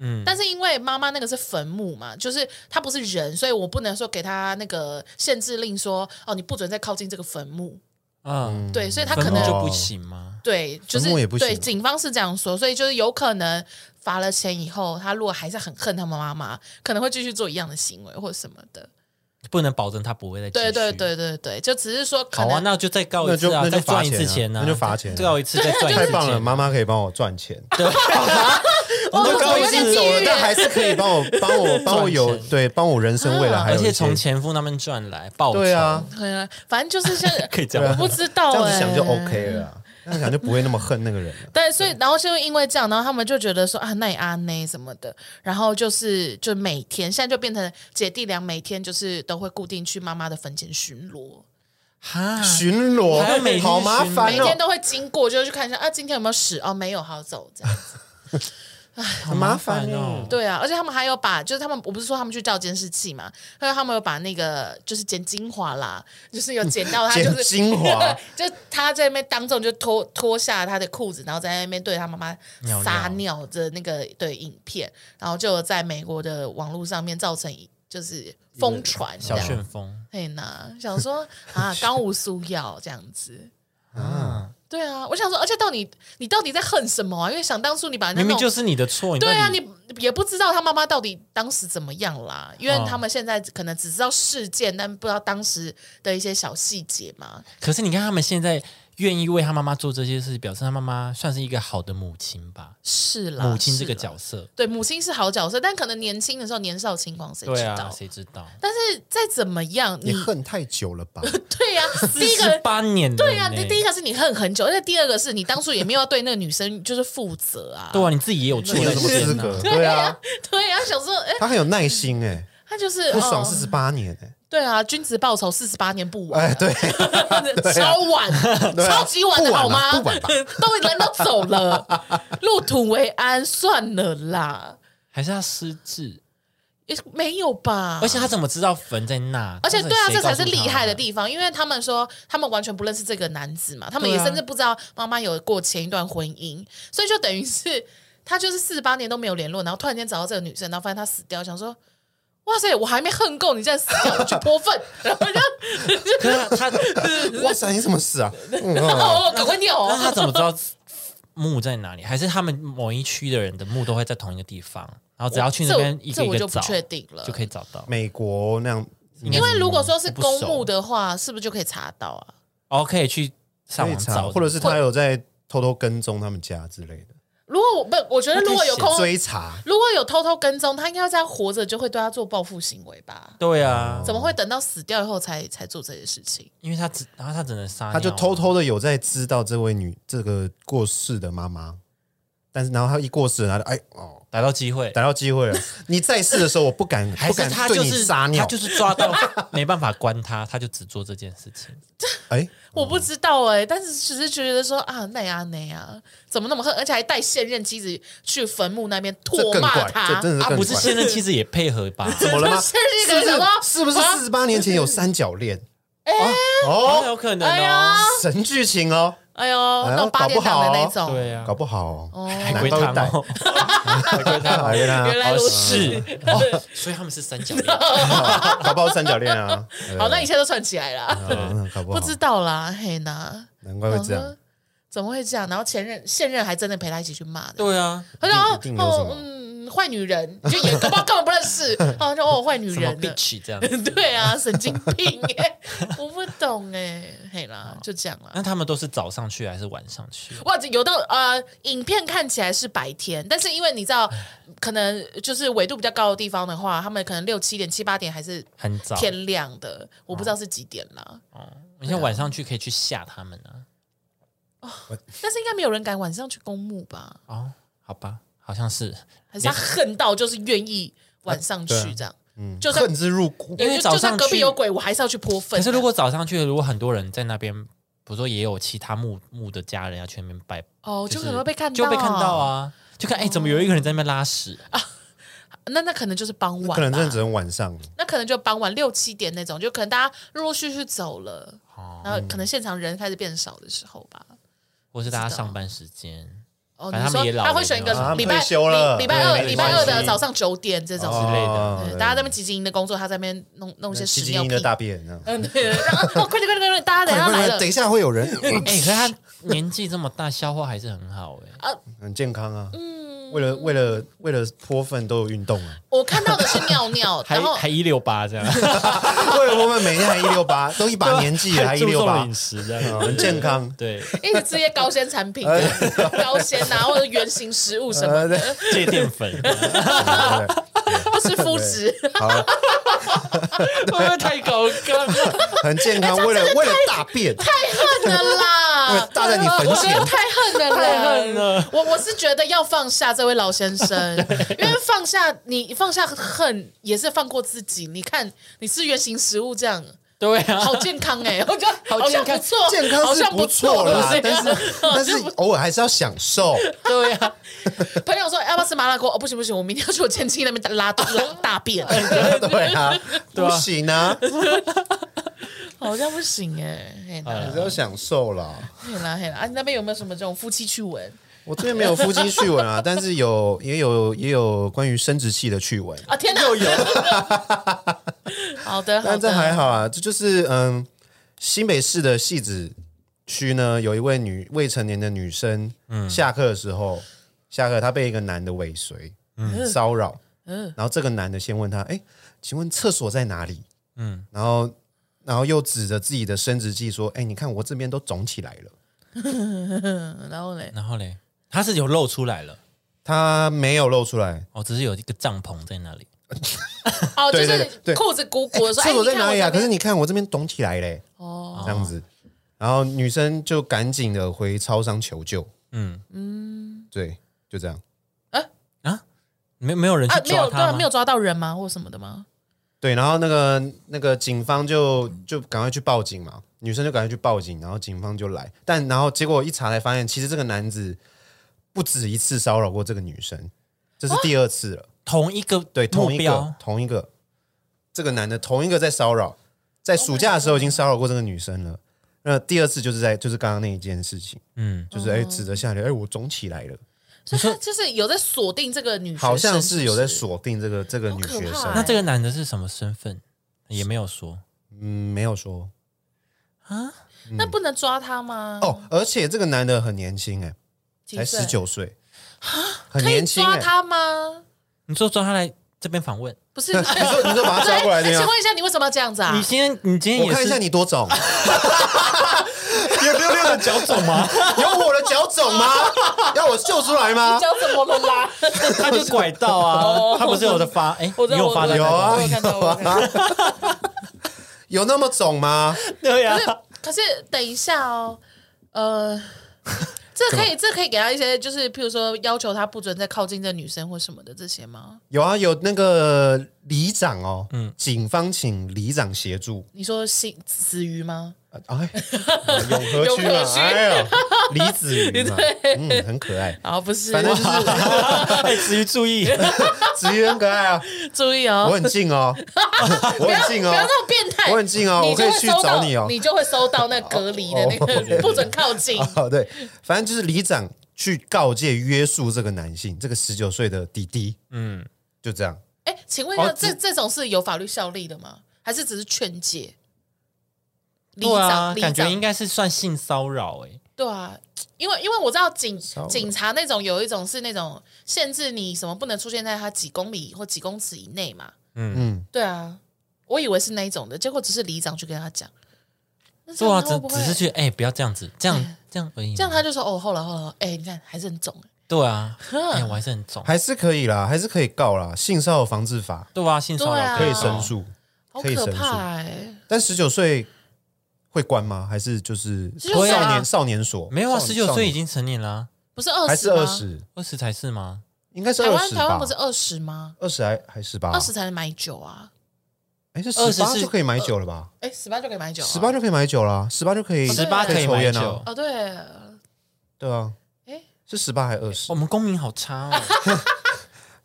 S1: 嗯，
S2: 但是因为妈妈那个是坟墓嘛，就是他不是人，所以我不能说给他那个限制令说哦，你不准再靠近这个坟墓。
S1: 嗯，
S2: 对，所以他
S1: 他
S2: 可能
S1: 就不行吗？
S2: 对，就是
S3: 坟墓也不行
S2: 对，警方是这样说，所以就是有可能罚了钱以后，他如果还是很恨他们妈妈，可能会继续做一样的行为或什么的。
S1: 不能保证他不会再继续
S2: 对对，对对对，就只是说可
S1: 好啊，
S2: 能
S1: 那就再告
S3: 那
S1: 一次
S3: 就那
S1: 啊，
S3: 就
S1: 再
S3: 罚
S1: 赚一
S3: 钱
S1: 次
S3: 啊
S1: 钱啊，
S3: 那就罚钱啊
S1: 告一次再赚一次
S3: 太
S1: 钱
S3: 棒了，妈妈可以帮我赚钱，
S1: 对，
S3: 我
S2: 哦
S3: 都高
S2: 有点
S3: 兴走
S2: 地
S3: 了，
S2: 狱
S3: 但
S2: 耶
S3: 还是可以帮我帮我帮我有
S1: 赚钱啊
S3: 对帮我人生未来还
S1: 而
S3: 有一
S1: 且
S3: 些
S1: 从前夫那边赚来报酬，
S3: 对啊，
S2: 对啊，反正 就是现在
S1: 可以这样
S2: 我
S1: 吗
S2: 不知道
S3: 这样
S2: 哎，
S3: 子想就 OK 了啊，这样想就不会那么恨那个人了。
S2: 对，所以然后就因为这样，然后他们就觉得说啊，那也阿内什么的，然后就是就每天现在就变成姐弟俩每天就是都会固定去妈妈的坟前巡逻，
S1: 哈，
S3: 巡逻
S1: 啊还要每天
S3: 好麻
S1: 巡逻
S3: 烦
S2: 每天
S3: 哦，
S2: 都会经过，就去看一下啊，今天有没有屎哦，没有，好走这样。
S1: 好
S3: 麻
S1: 麻
S3: 烦
S1: 烦哦
S3: 哦。
S2: 对啊，而且他们还有把，就是他们，我不是说他们去照监视器嘛，还有他们有把那个就是剪精华啦，就是有剪到他
S3: 剪
S2: 就是
S3: 精华
S2: 就他在那边当众就脱脱下他的裤子，然后在那边对他妈妈
S1: 尿
S2: 撒尿的那个对影片，然后就有在美国的网络上面造成一就是疯传这
S1: 小
S2: 样。
S1: 旋风
S2: 对呢，想说 啊，刚无苏药这样子。
S1: 啊，
S2: 对啊，我想说，而且到底你到底在恨什么啊？因为想当初你把人家
S1: 明明
S2: 弄
S1: 就是你的错，
S2: 对啊，
S1: 到底
S2: 你也不知道他妈妈到底当时怎么样啦，因为
S1: 嗯
S2: 他们现在可能只知道事件，但不知道当时的一些小细节嘛。
S1: 可是你看他们现在愿意为他妈妈做这些事，表示他妈妈算是一个好的母亲吧，
S2: 是啦，
S1: 母亲这个
S2: 是啦
S1: 角色。
S2: 对，母亲是好角色，但可能年轻的时候年少轻狂，谁知
S1: 对
S2: 道？
S1: 啊，谁知道？
S2: 但是再怎么样，
S3: 你
S2: 你
S3: 恨太久了吧？
S2: 对呀、第一
S1: 十
S2: 个。
S1: 八年了呢，
S2: 对呀、第第一个是你恨很久，而且第二个是你当初也没有要对那个女生就是负责啊。
S1: 对啊，你自己也有错，
S3: 你有
S1: 对
S3: 什
S1: 不
S3: 么
S1: 对
S3: 资格？对啊，
S2: 对啊，想说，哎、
S3: 他很有耐心哎，
S2: 他就是
S3: 不爽
S2: 嗯
S3: 四十八年哎，
S2: 对啊，君子报仇四十八年不晚啊、
S3: 哎对，
S2: 超晚，
S3: 对啊
S2: 超级晚的好吗？
S3: 不晚啊不
S2: 都人都走了，入土为安，算了啦，
S1: 还是他失智？
S2: 也没有吧。
S1: 而且他怎么知道坟在那？
S2: 啊而且对啊，
S1: 谁
S2: 这才
S1: 告诉他
S2: 是厉害的地方，因为他们说他们完全不认识这个男子嘛，他们也
S1: 对啊
S2: 甚至不知道妈妈有过前一段婚姻，所以就等于是他就是四十八年都没有联络，然后突然间找到这个女生，然后发现她死掉，想说。哇塞！我还没恨够你这样死掉，我去泼 粪，然后就
S1: 可是他他，
S3: 哇塞，你什么事啊？嗯
S2: 然
S3: 哦
S2: 后赶快尿
S1: 那他
S2: 哦！
S1: 怎么知道墓在哪里？还是他们某一区的人的墓都会在同一个地方，然后只要哦去那边一
S2: 这
S1: 个
S2: 我这我
S1: 一
S2: 就
S1: 个
S2: 不
S1: 找，
S2: 确定了，
S1: 就可以找到。
S3: 美国那样
S2: 因为如果说是
S1: 我不
S2: 公
S1: 熟
S2: 墓的话，是不是就可以查到啊？
S1: 哦，可以去上
S3: 可以
S1: 网
S3: 查，
S1: 找，
S3: 或者是他有在偷偷跟踪他们家之类的，
S2: 如果我不，我觉得如果有空，
S3: 追查。
S2: 如果有偷偷跟踪，他应该要这样活着就会对他做报复行为吧？
S1: 对啊，
S3: 嗯
S2: 怎么会等到死掉以后才才做这些事情？
S1: 因为他只然后他只能杀，
S3: 他就偷。偷的有在知道这位女这个过世的妈妈，但是然后他一过世，然后就哎哦，
S1: 逮到机会，
S3: 逮到机会 了。你在世的时候，我不敢，
S1: 还
S3: 不
S1: 是
S3: 敢
S1: 他
S3: 对
S1: 就
S3: 你
S1: 是
S3: 撒
S1: 他
S3: 尿。
S1: 就是抓到 没办法关他，他就只做这件事 情。
S3: 哎，
S2: 我不知道哎、但是只是觉得说啊，那呀那呀，怎么那么恨，而且还带现任妻子去坟墓那边
S3: 这
S2: 唾
S3: 更
S2: 骂
S3: 怪，
S2: 他
S3: 这。真的是
S1: 啊，
S3: 更
S1: 不
S3: 怪。
S1: 是现任妻子也配合吧？
S3: 怎么了吗？
S2: 是一个什么
S3: 是不是
S2: 啊
S3: 四十八年前有三角恋？哎
S1: 哦，
S3: 哦，
S1: 有可能
S2: 哎呀
S1: 哦。
S3: 神剧情哦，
S2: 哎呦，那种
S3: 搞
S2: 八点
S3: 不
S2: 档
S3: 好
S2: 的那
S3: 哦
S2: 种，
S1: 对啊
S3: 搞，不好哦，
S1: 海
S3: 难
S1: 龟
S3: 怪会
S1: 汤
S3: 带
S1: 哦，海龟汤哦
S3: 来跟
S2: 原
S3: 他，
S2: 来
S1: 哦
S2: 如
S1: 是
S2: 此。
S1: 哦，所以他们是三角恋。
S3: 搞不好三角恋啊。
S2: 好，那一切都串起来了，
S3: 对嗯搞不
S2: 不
S3: 好，
S2: 知道啊啦，嘿呐。
S3: 难怪会这
S2: 想
S3: 样
S2: 说。嗯怎么会这样？然后前任现任还真的陪他一起去骂的，
S1: 对啊，
S2: 他说
S3: 一定有什
S2: 哦
S3: 么
S2: 嗯坏女人，就也搞不好 根本不认识，他说哦坏女
S1: 什么
S2: 人呢
S1: bitch 这样。
S2: 对啊，神经病耶， 我不懂哎，嘿啦，就这样啦。
S1: 那他们都是早上去还是晚上去？
S2: 哇，有到呃，影片看起来是白天，但是因为你知道，可能就是纬度比较高的地方的话，他们可能六七点、七八点还是
S1: 很早。
S2: 天亮的，我不知道是几点啦。
S1: 你像晚上去可以去吓他们啊。
S2: 但是应该没有人敢晚上去公墓吧？
S1: 哦，好吧，好像是，
S2: 还是他恨到就是愿意晚上去这样，嗯，就算
S3: 恨之入骨，
S1: 因为
S2: 就
S1: 早
S2: 就算
S1: 上
S2: 隔壁
S1: 去
S2: 有鬼，我还是要去泼粪。
S1: 可是如果早上去，如果很多人在那边，比如说也有其他墓墓的家人要去那边拜，
S2: 哦，就
S1: 就是
S2: 可能会被看到，
S1: 就被看到。啊，就看哎、怎么有一个人在那边拉屎？啊
S2: 那那可能就是傍晚吧，
S3: 可能真的只能晚上。
S2: 那可能就傍晚六七点那种，就可能大家陆陆续续走了，
S3: 哦
S2: 然后可能现场人开始变少的时候吧。
S1: 或是大家上班时间
S2: 哦，
S1: 反正
S2: 你
S1: 他们也
S2: 说
S1: 老
S2: 他
S1: 了
S2: 会选一
S1: 没有
S2: 个
S3: 啊
S2: 礼拜
S3: 退休了
S2: 礼礼拜二
S1: 对没
S2: 礼拜二
S1: 关
S2: 的
S1: 系
S2: 早上九点这种，
S1: 之类的
S3: 哦
S2: 对大家在那边急急营的工作，他在那边弄弄一些
S3: 对
S2: 屎
S3: 奇
S2: 尿
S3: 迹
S2: 屁
S3: 的，大便啊。
S2: 嗯，对，然后哦快点快点快点，大家等一下来
S3: 快点快
S2: 了
S3: 点，等一下会有人
S1: 哎、可是他年纪这么大，消化还是很好哎、
S2: 嗯
S3: 很健康啊。为了为了为了泼粪都有运动 啊，
S2: 我看到的是尿尿，
S1: 还
S2: 然后
S1: 还一六八这样，
S3: 为了泼粪每天还一六八，都一把年
S2: 啊
S3: 纪了还一
S1: 注
S3: 六
S1: 重
S3: 八
S1: 饮，食这样，
S3: 很健康。
S1: 对，
S2: 一直吃一些高纤产品，
S3: 哎
S2: 高纤啊或者圆形食物什么
S3: 呃，对
S2: 的，
S3: 对
S1: 戒淀粉，
S3: 对对
S2: 不吃麸质。
S3: 好，
S1: 会不会太高干了？
S3: 很 健康。为了为了大便，
S2: 太恨了 啦！
S3: 大在你坟
S2: 我觉
S3: 前
S2: 得太恨了啦，
S1: 太恨了
S2: 我我是觉得要放下这位老先 生，因为放下你放下恨也是放过自己。你看你吃原形食物这 样，
S1: 对 啊，
S2: 好健康哎、我觉得
S1: 好健康
S2: 像不错，
S3: 健康
S2: 好
S3: 是
S2: 像
S3: 不错
S2: 错
S3: 啦 啊
S2: 对，
S3: 但是但是偶尔还是要享受。
S1: 对啊，
S2: 朋友说要不要吃麻辣锅？哦，不行不行，我明天要去我前妻那边拉拉大便，
S3: 对啊，
S1: 对
S3: 不
S1: 啊
S3: 行啊，
S2: 好像不行哎、嘿
S3: 还
S2: 啦
S3: 是要享受啦。
S2: 嘿啦嘿啦，啊，你那边有没有什么这种夫妻趣闻？
S3: 我这边没有夫妻趣闻啊，但是有也有也有关于生殖器的趣闻，
S2: 啊，天哪！ 好的，好
S3: 但这
S2: 的，
S3: 还好啊。这就是嗯，新北市的戏子区呢，有一位女未成年的女生，
S2: 嗯
S3: 下课的时候，下课她被一个男的尾随、
S2: 嗯
S3: 骚扰，然后这个男的先问她，哎，请问厕所在哪里？
S1: 嗯，
S3: 然后然后又指着自己的生殖器说，哎，你看我这边都肿起来了。
S2: 嗯然后嘞，
S1: 然后嘞，它是有露出来了，
S3: 她没有露出来，
S1: 哦，只是有一个帐篷在那里，
S2: 哦，就
S3: 对对
S2: 是
S3: 对对
S2: 裤子鼓鼓的说，哎，
S3: 厕所在
S2: 你看
S3: 哪里
S2: 我
S3: 啊？
S2: 这
S3: 可是
S2: 边
S3: 你看我这边肿起来嘞，
S2: 哦，
S3: 这样子。然后女生就赶紧的回超商求救，
S1: 嗯
S3: 对，就这样。
S1: 啊，没没有人去
S2: 啊，没
S1: 抓
S2: 有对
S1: 它
S2: 啊，
S1: 吗
S2: 没有？抓到人吗，或什么的吗？
S3: 对，然后那个那个警方就就赶快去报警嘛，女生就赶快去报警，然后警方就来，但然后结果一查才发现，其实这个男子不止一次骚扰过这个女生，这
S1: 啊
S3: 是第二次了。
S1: 同一个
S3: 对，同
S1: 目
S3: 一
S1: 标
S3: 个，同一个，这个男的同一个在骚扰，在暑假的时候已经骚扰过这个女生了。那第二次就是在就是刚刚那一件事情，
S1: 嗯，
S3: 就是
S2: 哦
S3: 哎、指着下流，哎、我肿起来了，
S2: 所以他就是有在锁定这个女学生，
S3: 好像是
S2: 是
S3: 有在
S2: 不是
S3: 锁定这个这个
S2: 好
S3: 女
S2: 可
S3: 学
S2: 怕
S3: 生，
S1: 那这个男的是什么身份？也没有说
S3: 嗯，没有说
S1: 啊，
S2: 那不能抓他吗？，
S3: 哦，而且这个男的很年轻哎、
S2: 几
S3: 才
S2: 岁
S3: 十，九岁，
S2: 可
S3: 很
S2: 以
S3: 年轻哎、
S2: 抓他吗？
S1: 你说抓他来这边访问，
S2: 不是，
S3: 你说你说把他抓过来
S2: 哎
S3: 对
S2: 请
S3: 吗？
S2: 问一下，你为什么要这样子啊？
S1: 你今天你今天
S3: 我
S1: 也
S3: 看一下
S1: 是
S3: 你多肿，有六六的脚肿吗？有我的脚肿吗？要我秀出来吗？
S2: 讲什么了啦？
S1: 他就拐到啊，他不是有的发哎，
S2: 哦我知
S1: 你
S2: 道
S1: 有发
S2: 我
S1: 的
S2: 知道
S3: 有啊
S2: 我有看到，我有看到。
S3: 有那么肿吗？
S1: 对
S2: 啊
S1: 呀，
S2: 可是等一下哦，呃，这可以这可以给他一些，就是譬如说要求他不准再靠近这女生或什么的这些吗？
S3: 有啊，有那个里长哦，嗯，警方请里长协助。
S2: 你说新死鱼吗？
S3: 呃 哎，永和区
S2: 永和，
S3: 嘛
S2: 区
S3: 哎呦，李 子瑜嘛，嗯，很可爱。
S2: 啊，不是，
S3: 反正就是
S1: 哎，子瑜注 意，
S3: 子瑜很可爱啊，
S2: 注意
S3: 我
S2: 哦，
S3: 很 近哦，我
S2: 不要
S3: 很
S2: 不
S3: 近
S2: 要
S3: 哦，
S2: 那么变态，
S3: 我很近哦，我
S2: 你
S3: 可
S2: 就
S3: 以
S2: 会
S3: 去
S2: 收
S3: 找
S2: 到
S3: 你哦。
S2: 你就会收到那隔离的那
S1: 哦
S2: 个不准靠近。
S3: 哦，对，反正就是里长去告诫约束这个男性，这个十九岁的弟弟，
S1: 嗯，
S3: 就这样。
S2: 哎，请问一下，
S3: 哦
S2: 这这种是有法律效力的吗？还是只是劝诫？里
S1: 对啊，
S2: 长，里
S1: 感觉
S2: 长
S1: 应该是算性骚扰哎，
S2: 对啊，因为因为我知道警
S3: 扰
S2: 警察那种有一种是那种限制你什么不能出现在他几公里或几公尺以内嘛。
S3: 嗯，
S2: 对啊，我以为是那一种的，结果只是里长去跟他讲。那这
S1: 对
S2: 样
S1: 啊，
S2: 他会不
S1: 只
S2: 会
S1: 只是去哎，不要这样子，这样这样而已嘛，
S2: 这样他就说哦，后来后来，后来哎、你看还是很肿。
S1: 对啊，
S2: 嗯
S1: 哎，我还是很重，
S3: 还是可以啦，还是可以告啦，性骚扰防治法
S1: 对啊，性骚
S2: 对
S1: 扰
S2: 啊
S3: 可以
S1: 告
S3: 申，诉，
S2: 好
S3: 可以
S2: 可
S3: 申诉
S2: 怕哎、
S3: 但十九岁会关吗？还是就是
S2: 19岁啊
S3: 少年少年所？
S1: 没有啊，
S3: 少
S1: 十九岁已。
S3: 少年
S1: 经成年啦，
S2: 不是二
S3: 还
S2: 十
S3: 是
S2: 吗？
S3: 二十，
S1: 二十才是吗？
S3: 应该是
S2: 台
S3: 二
S2: 湾
S3: 十
S2: 台湾
S3: 吧
S2: 不？是二十吗？
S3: 二十还还十八？
S2: 二十才能买酒啊！
S3: 哎，这
S1: 20
S3: 十八
S1: 是
S3: 就可以买酒了吧？
S2: 哎、十八就可以买酒、啊，
S3: 十八就可以买酒啦，十八就可以
S2: 哦对
S1: 十八可以
S3: 抽
S1: 买
S3: 烟啊
S1: 酒，
S2: 哦对，
S3: 对
S2: 哎
S3: 啊。是十八还二十
S1: 我？们公民好差哦。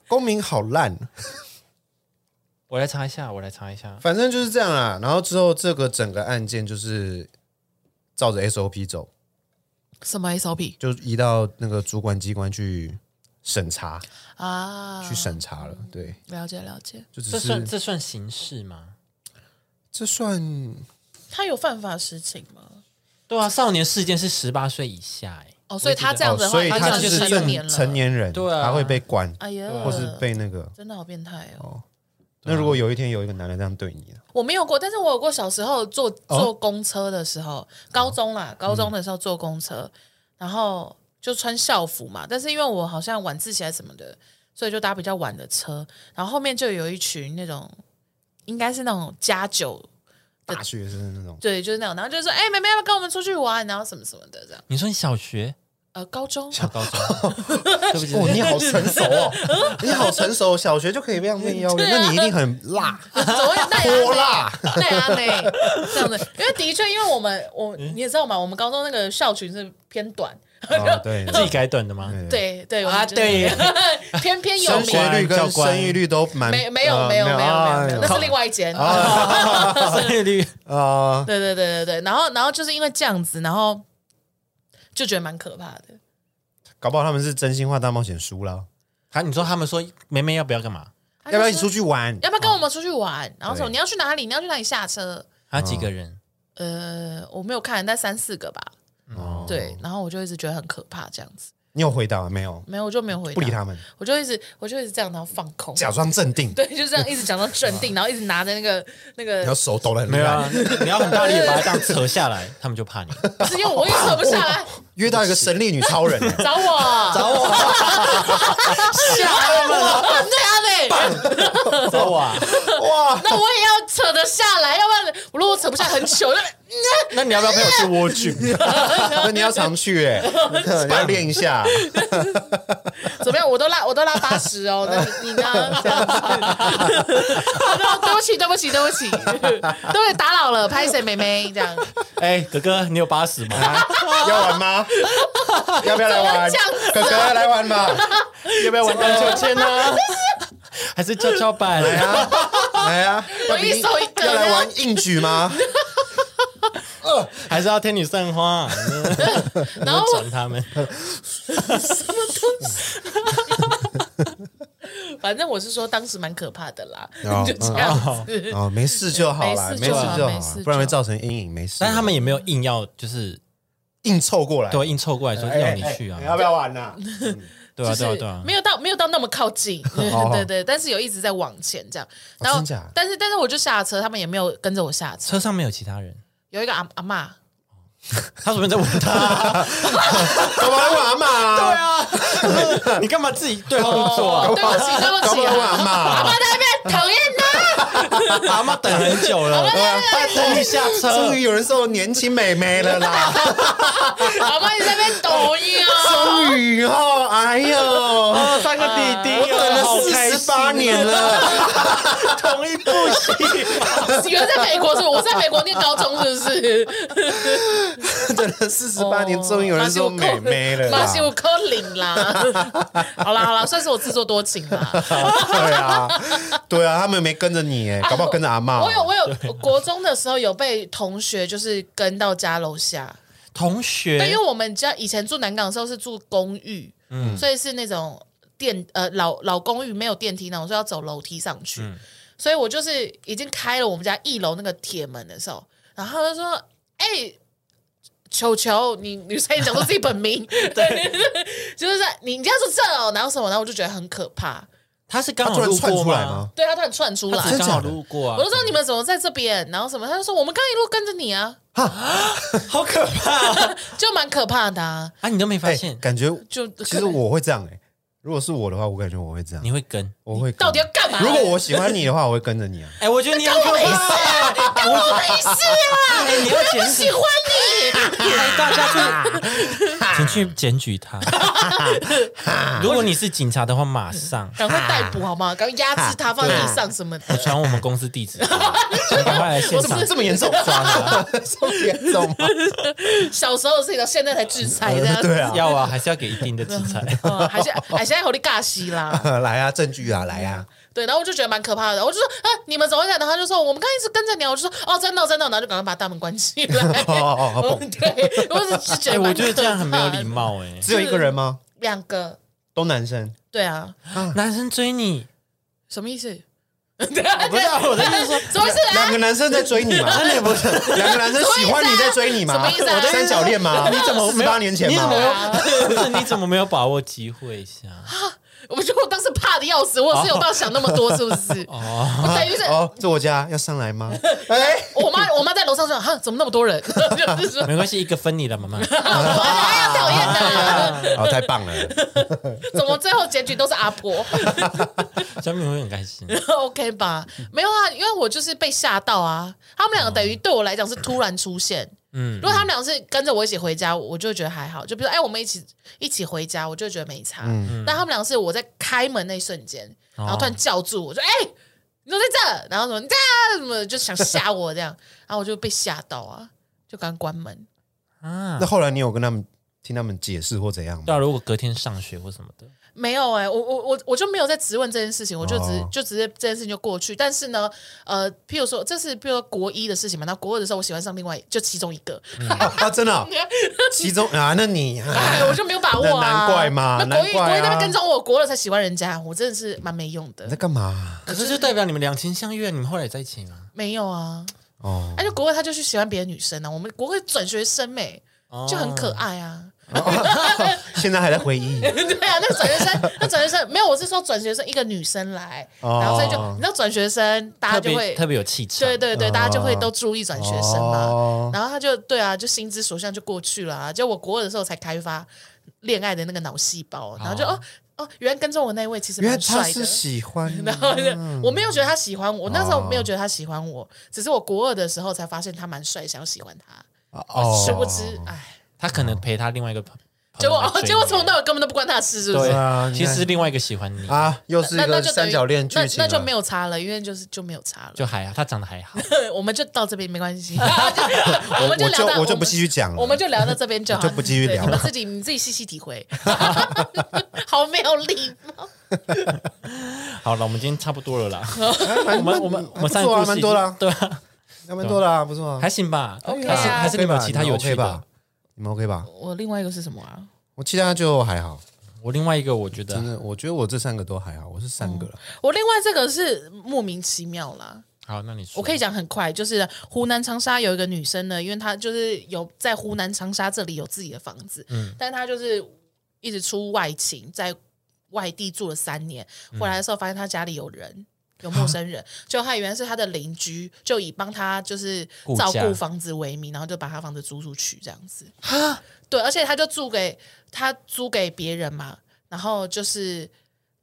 S3: 公民好烂，
S1: 我来查一下，我来查一下。
S3: 反正就是这样啦。然后之后这个整个案件就是照着 SOP 走，
S2: 什么 SOP
S3: 就移到那个主管机关去审查，
S2: 啊？
S3: 去审查了。对，
S2: 了解了解，
S3: 就只
S1: 这
S3: 是
S1: 算这算刑事吗？
S3: 这算
S2: 他有犯法事情吗？
S1: 对啊，少年事件是十八岁以下、欸，
S2: 哦，所以他这样子的话，
S3: 所以
S2: 他
S3: 他
S2: 这样
S3: 就
S2: 就是成
S3: 正
S2: 年了，
S3: 成年人，
S1: 对啊
S3: 他会被关
S2: 哎呀，
S3: 或是被那个。
S2: 真的好变态哦！
S3: 那如果有一天有一个男的这样对你呢？
S2: 我没有过，但是我有过小时候坐坐公车的时候，高中啦，高中的时候坐公车，然后就穿校服嘛，但是因为我好像晚自习还是什么的，所以就搭比较晚的车，然后后面就有一群那种应该是那种家酒，
S3: 大学生那种，
S2: 对，就是那种，然后就说哎、妹妹要不要跟我们出去玩，然后什么什么的这样，
S1: 你说你小学、
S2: 呃，高中
S1: 小 高中，对不起，
S3: 哦，你好成熟 哦，你好成熟，小学就可以被这样被邀约，
S2: 啊
S3: 那你一定很辣，
S2: 怎么会带
S3: 泼辣
S2: 阿妹？带阿妹这样子，因为的确，因为我们我你也知道嘛，我们高中那个校裙是偏短，
S3: 哦对
S1: 自己改短的吗？
S3: 嗯对，
S2: 对对
S1: 啊，对，
S2: 偏偏有
S3: 升
S2: 名
S3: 学。率
S1: 教
S3: 跟
S1: 官
S3: 生育率都蛮
S2: 没没有
S3: 呃
S2: 没有没有没有
S3: 啊
S2: 没有，那是另外一间。
S1: 生育率
S3: 啊，
S2: 对对对对对，然后然后就是因为这样子，然后就觉得蛮可怕的。
S3: 搞不好他们是真心话大冒险输了，
S1: 他你说他们说梅梅要不要干嘛？
S2: 要
S3: 要不要一起出？去玩？
S2: 要不要跟我们出去玩？然后什么？
S3: 对
S2: 你要去哪里？你要去哪里下车？
S1: 他几个
S3: 嗯
S1: 人？
S2: 呃，我没有看，但三四个吧。
S3: 哦，
S2: 对，然后我就一直觉得很可怕，这样子。
S3: 你有回答吗没有？
S2: 没有，我就没有回答。
S3: 不理他们，
S2: 我就一直我就一直这样，然后放空，
S3: 假装镇 定，
S2: 对，就这样一直假装镇 定，然后一直拿着那个那个
S3: 然后，手抖得很厉
S1: 没有
S3: 害。
S1: 啊，你要很大力地把他这样扯下来，他们就怕你。
S2: 只有我也扯不下来，
S3: 约到一个神力女超 人，
S2: 找我，找我，吓 我，对啊对，
S1: 找我啊？
S3: 哦哇，
S2: 那我也要扯得下来，要不然我如果扯不下很久，就
S1: 那你要不要陪我去蜗苣？
S3: 那你要常去哎，你要练一下。
S2: 怎么样？我都拉我都拉八十哦，那你你呢？ 这样子，我都对不起对不起对不起，对不起打扰了，拍谁妹妹这样，
S1: 哎，哥哥，你有八十吗？
S3: 啊，要玩吗？要不要来玩
S2: 怎么这样？
S3: 哥哥来玩吧，要不要玩
S1: 荡
S3: 荡秋
S1: 秋
S3: 千？
S1: 千呢？还是跷跷板？
S3: 来啊，来啊！
S2: 我
S3: 要比
S2: 一手一个
S3: 要来玩硬举吗？
S1: 还是要天女散花？
S2: 然后
S1: 转他们。
S2: 反正我是说当时蛮可怕的啦，
S3: 哦
S2: 就这样子。
S3: 哦，没事就好啦，
S2: 没
S3: 没
S2: 事
S3: 事
S2: 就
S3: 就
S2: 好
S3: 好
S2: 没事就
S3: 啦，
S2: 好
S3: 不然会造成阴影。没事，
S1: 但是他们也没有硬要，就是
S3: 硬凑过来，
S1: 对硬凑过来说
S3: 哎，
S1: 要你去啊
S3: 哎哎，要不要玩呐？
S1: 对
S2: 就
S1: 啊，
S2: 是
S1: 对啊，对啊。哦
S2: 没有到没有到那么靠 近，对对对，但是有一直在往前这样。然后
S3: 真假，
S2: 但是但是我就下车，他们也没有跟着我下车。
S1: 车上没有其他人，
S2: 有一个阿阿嬷，
S1: 他怎么在问 他？
S3: 干嘛来玩嘛？
S1: 对 啊，你干嘛自己对号入座啊
S2: 哦？对不起对不
S3: 搞不
S2: 起，
S3: 好
S2: 阿
S3: 玩嘛
S2: 阿嬷在那边啊讨厌他，
S1: 阿
S3: 哦
S1: 妈等很久了，她等你下车
S3: 终。于有人说年轻美眉了啦！
S2: 阿嬷一直在那边抖音啊。
S3: 终于哦，哎呦，
S1: 哦，三个弟弟，
S3: 等了四十八年了，
S1: 同一部戏。
S2: 原来在美国是不是我在美国念高中是不是？
S3: 等了四十八年，终于有人说美眉了
S2: 马
S3: 啦！
S2: 西五科零啦。好啦好啦，算是我自作多情啦。
S3: 对啊，对啊，他们没跟着你哎，搞不好跟着阿妈。
S2: 我有我有国中的时候有被同学就是跟到家楼下。
S1: 同
S2: 对，因
S1: 学
S2: 为我们家以前住南港的时候是住公寓，所以是那种电呃老老公寓没有电梯那种，所以要走楼梯上去。所以我就是已经开了我们家一楼那个铁门的时候，然后他就说：“哎、球球，你你差点讲出自己本名， 对，就是在你你家住这哦，然后什么，然后我就觉得很可怕。
S1: 他是
S3: 他
S1: 刚
S3: 突
S1: 好
S3: 然
S1: 路
S3: 窜
S1: 过
S3: 出来吗？？
S2: 对他突然窜出来
S1: 他，只是刚好路过啊
S2: 我，就说你们怎么在这边？然后什么，他就说我们刚一路跟着你啊，
S1: 好可怕啊！
S2: 就蛮可怕的、啊。
S1: 啊你都没发
S3: 哎
S1: 现，
S3: 感觉
S2: 就
S3: 其实我会这样哎、如果是我的话，我感觉我会这样
S1: 你，会跟？
S3: 我会跟
S2: 到底要干嘛？
S3: 如果我喜欢你的话，我会跟着你啊。
S1: 哎，我觉得你很可怕。
S2: 干我没事啊，
S1: 哎，你要
S2: 我
S1: 检
S2: 不
S1: 举
S2: 喜，欢你。
S1: 哎大家去，请去检举他。如果你是警察的话，马上。
S2: 赶快逮捕好吗？赶快压制他，放在地上什么的。
S1: 传我们公司地址， 赶快来现场
S3: 这么严重？
S1: 抓他！
S3: 这么严重吗？
S2: 小时候的事情到现在才制裁 的啊，
S3: 对啊，
S1: 要啊，还是要给一定的制 裁。
S2: 嗯还是还现在好利尬西啦。
S3: 来啊，证据啊，来啊！
S2: 对，然后我就觉得蛮可怕的，我就说啊，你们怎么会这样？然后他就说我们刚一直跟着你啊，我就说哦，真的哦真的哦，然后就赶快把大门关起来。
S3: 哦哦哦，
S2: 嗯对，我只是觉
S1: 哎，
S2: 得
S1: 我
S2: 蛮可怕的，
S1: 觉得这样很没有礼 貌哎。
S3: 只有一个人吗？
S2: 两个，
S3: 都男生？
S2: 对啊，
S1: 男生追你，
S2: 什么意思？
S3: 不是啊，我的意思说，
S2: 怎么回事啊
S3: 两个男生在 追你嘛？那你不是两个男生喜欢你在追你嘛？
S2: 啊什么意思啊
S3: 我的三角 恋嘛？
S1: 你怎么没
S3: 十
S1: 有
S3: 八年前
S1: 你怎
S3: 嘛
S1: 么？没有你怎么没有把握机会一下？
S2: 我觉得我当时怕的要死，我是有到想那么多，是不是？
S1: 哦，
S2: 我等于是
S3: 哦，这我家要上 来吗？哎，
S2: 我妈，我妈在楼上说：“哈，怎么那么多人？” 就是说，
S1: 没关系，一个分你了，妈 妈。
S2: 哎呀，讨厌的，
S3: 哦，太棒了！
S2: 怎么最后结局都是阿婆
S1: 小米会很开心。
S2: ？OK 吧？没有啊，因为我就是被吓到啊。他们两个等于对我来讲是突然出现。
S1: 嗯
S2: 如，果他们俩是跟着我一起回家，我就觉得还好。就比如说，哎，我们一起一起回家，我就觉得没差。但他们俩是我在开门那一瞬间，然后突然叫住我，说：“哎、你怎么在这？”然后什么你在啊什么，就想吓我这样，然后我就被吓到啊，就赶快关门。
S1: 啊
S3: 那，后来你有跟他们听他们解释或怎样
S1: 对
S3: 吗？
S1: 啊，如果隔天上学或什么的，
S2: 没有哎、我我我我就没有在质问这件事情，我就只、
S3: 哦
S2: 就直接这件事情就过去。但是呢，呃，譬如说这是譬如说国一的事情嘛，那国二的时候我喜欢上另外就其中一个，
S3: 哦啊，真的哦，其中啊，那你啊
S2: 哎，我就没有把握啊，
S3: 那难怪嘛
S2: 那国一、
S3: 难怪啊
S2: 国一那边跟踪我，国二才喜欢人家，我真的是蛮没用
S3: 你在
S2: 的。
S3: 干嘛？
S1: 可是就代表你们两情相悦，你们后来也在一起吗？
S2: 没有啊，
S3: 哦，
S2: 而且国二他就去喜欢别的女生啊，我们国二转学生哎、
S1: 哦
S2: 就很可爱啊。
S3: 现在还在回忆。
S2: 对啊，那个转学生，那转学生没有，我是说转学生一个女生来，
S3: 哦
S2: 然后所以就你知道转学生大
S1: 特
S2: 家啊就
S1: 别
S2: 会
S1: 特别有气场。
S2: 对对对，大家就会都注意转学生嘛。
S3: 啊哦
S2: 然后他就对啊，就心之所向就过去了、啊。就我国二的时候才开发恋爱的那个脑细胞，然后就哦哦，原来跟踪我那一位其实
S3: 原来
S2: 蛮
S3: 他
S2: 帅
S3: 是嗯
S2: 的。
S3: 喜欢你，
S2: 然后就我没有觉得他喜欢我，我那时候没
S3: 哦
S2: 有觉得他喜欢我，只是我国二的时候才发现他蛮帅，想要喜欢他。
S3: 哦
S2: 殊不知，哎，
S1: 他可能陪他另外一个朋
S2: 结果哦
S1: 朋友来追你
S2: 结果从头到尾根本都不关他的事，是不是？
S3: 对啊
S1: 对，
S3: 你看
S1: 其实另外一个喜欢你，
S3: 啊，又是一
S2: 那那
S3: 个
S2: 就等
S3: 三
S2: 于
S3: 角恋剧
S2: 那
S3: 情
S2: 那
S3: 啊，
S2: 就没有差了，因为就是就没有 差了，
S1: 就还好，他长得还好。
S2: 我们就到这边没关系，
S3: 我
S2: 我们
S3: 我
S2: 聊到
S3: 就我就
S2: 们
S3: 不继续讲了，
S2: 我们就聊到这边就好，
S3: 嗯我就不继续
S2: 对
S3: 聊
S2: 你
S3: 了
S2: 们自己你自己细细体会， 好没有礼貌。
S1: 好了，我们今天差不多了 啦。
S3: 我
S1: 我们哎我们我们三个故
S3: 做啊，
S1: 事
S3: 蛮多啦，
S1: 对啊，
S3: 还蛮多啦，不错啊，
S1: 还行吧，
S2: OK
S1: 还是
S2: 啊
S1: 还是你们有
S3: OK 吧
S1: 其他有趣
S3: OK 吧
S1: 的。？
S3: 你们 OK 吧？
S2: 我另外一个是什么啊？
S3: 我其他就还好，
S1: 我另外一个我觉得
S3: 真的，我觉得我这三个都还好，我是三个了。
S2: 我另外这个是莫名其妙啦。
S1: 好，那你说
S2: 我可以讲很快，就是湖南长沙有一个女生呢，因为她就是有在湖南长沙这里有自己的房子，
S3: 嗯
S2: 但她就是一直出外勤，在外地住了三年，
S1: 嗯
S2: 回来的时候发现她家里有人。有陌生人，就她原来是她的邻居，就以帮她就是
S1: 顾
S2: 照
S1: 家
S2: 顾房子为名，然后就把她房子租出去这样子。对，而且她就租给她租给别人嘛，然后就是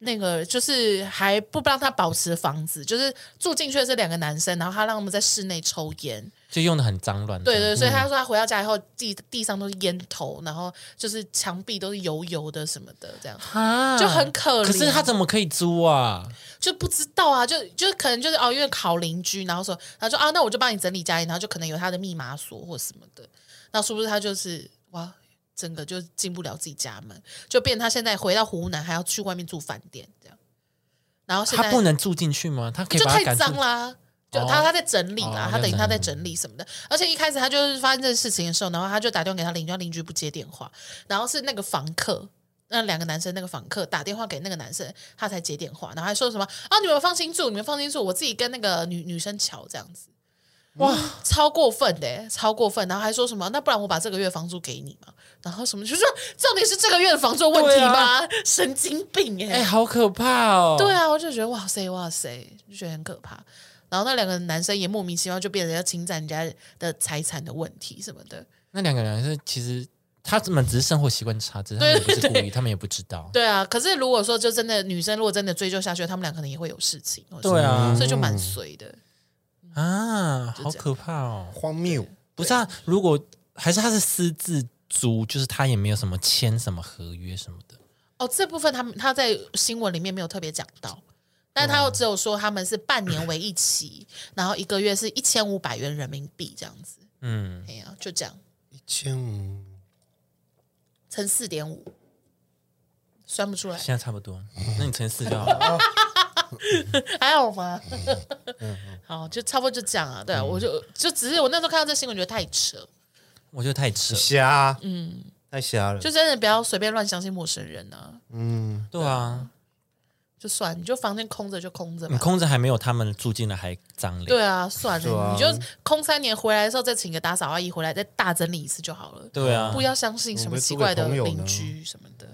S2: 那个就是还不让他保持房子，就是住进去的这两个男生，然后他让他们在室内抽烟。
S1: 就用的很脏乱。
S2: 对对，所以
S1: 嗯
S2: 他说他回到家以后，地地上都是烟头，然后就是墙壁都是油油的什么的，这样
S1: 哈
S2: 就很可怜。
S1: 可是他怎么可以租啊？
S2: 就不知道啊，就就可能就是哦，因为好邻居，然后说，然后说啊，那我就帮你整理家里，然后就可能有他的密码锁或什么的，那是不是他就是哇，整个就进不了自己家门，就变成他现在回到湖南还要去外面住饭店这样，然后现在
S1: 他不能住进去吗？他可以
S2: 就
S1: 把他
S2: 太
S1: 赶出
S2: 脏啦。就
S1: 哦
S2: 他他在整理啦，
S1: 哦
S2: 他等于
S1: 在整理
S2: 他在整理什么的，而且一开始他就是发现这个事情的时候，然后他就打电话给他邻居，他邻居不接电话，然后是那个房客，那两个男生那个房客打电话给那个男生，他才接电话，然后还说什么啊你们放心住，你们放心住，我自己跟那个女女生瞧这样子，哇，超过分的、欸超过分，然后还说什么那不然我把这个月房租给你嘛，然后什么就说重点是这个月的房租问题
S1: 对啊
S2: 吗？神经病哎、
S1: 哎，好可怕哦！
S2: 对啊，我就觉得哇塞哇塞，就觉得很可怕。然后那两个男生也莫名其妙就变成要侵占人家的财产的问题什么的。
S1: 那两个人是其实他们只是生活习惯差，只是他们也不是故意，他们也不知道。
S2: 对啊，可是如果说就真的女生如果真的追究下去，他们俩可能也会有事情。或者
S1: 对啊
S2: 什么所以就蛮随的。
S1: 啊，
S2: 就
S1: 好
S2: 这样
S1: 可怕哦！
S2: 嗯
S3: 荒谬，
S1: 不是啊，如果还是他是私自租，就是他也没有什么签什么合约什么的。
S2: 哦，这部分他们他在新闻里面没有特别讲到，但他又只有说他们是半年为一期，然后一个月是一千五百元人民币这样子。
S1: 嗯，
S2: 哎呀、就这样
S3: 一千五，
S2: 乘四点五，算不出来，
S1: 现在差不多，那你乘四就好了。
S2: 还好吗？
S1: 嗯
S2: 好，就差不多就这样啊。对啊，我就就只是我那时候看到这新闻，觉得太扯，
S1: 我觉得太扯，
S3: 瞎，嗯，太瞎了
S2: 就。真的不要随便乱相信陌生人啊。
S3: 嗯，
S1: 对啊，
S2: 就算，你就房间空着就空着
S1: 你嗯
S2: 嘛。
S1: 空着还没有他们住进来还脏嘞。
S2: 对啊，算
S3: 对
S2: 了，
S3: 啊
S2: 你就空三年回来的时候再请个打扫阿姨回来再大整理一次就好了。
S1: 对啊
S2: 不要相信什么奇怪的邻居什么的。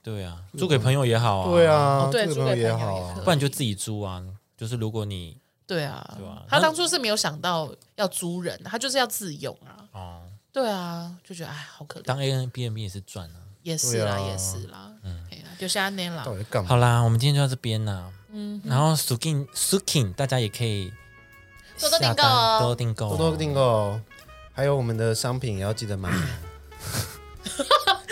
S1: 对啊，租给朋友也好啊。
S3: 对，啊，
S2: 哦对
S3: 这个
S2: 租
S3: 朋友
S2: 给
S3: 也
S2: 朋友
S3: 好
S2: 也可
S3: 啊
S2: 以。
S1: 不然就自己租啊。就是如果你
S2: 对啊，
S1: 对啊
S2: 他当初是没有想到要租人，他就是要自用啊。
S1: 哦
S2: 对啊，就觉得哎，好可怜。
S1: 当 A N B N B 也是赚啊。
S2: 也是啦，
S3: 对啊
S2: 也是啦，嗯，就像那啦
S3: 到。底在干嘛？
S1: 好啦，我们今天就到这边啦。嗯，然后 Sukin Sukin 大家也可以
S2: 多多订
S1: 下
S2: 购
S1: 单
S2: 哦
S1: 多订购哦，
S3: 多多订购，还有我们的商品也要记得买。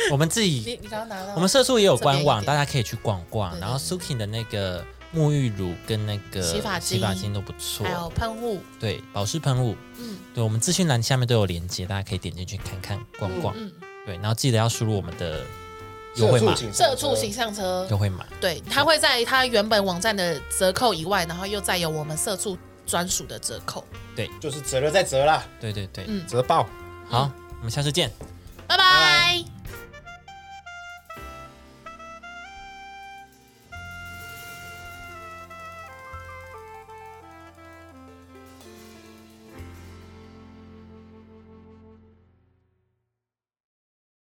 S1: 我们自己
S2: 你你刚刚拿到
S1: 我们社畜也有官网，
S2: 啊这边一点
S1: 大家可以去逛逛。
S2: 对
S1: 然后 Suki 的那个沐浴乳跟那个
S2: 洗发精
S1: 洗发精都不错
S2: 还，有喷雾，
S1: 对，保湿喷雾，嗯，对，我们资讯栏下面都有链接，大家可以点进去看看逛逛。
S2: 嗯
S1: 对，然后记得要输入我们的优惠码，
S2: 社畜形象车，
S1: 优惠码。
S2: 对，它会在它原本网站的折扣以外，然后又再有我们社畜专属的折扣。
S3: 就是折了再折啦，
S1: 对对对，
S2: 嗯
S3: 折爆。
S1: 好，我们下次见，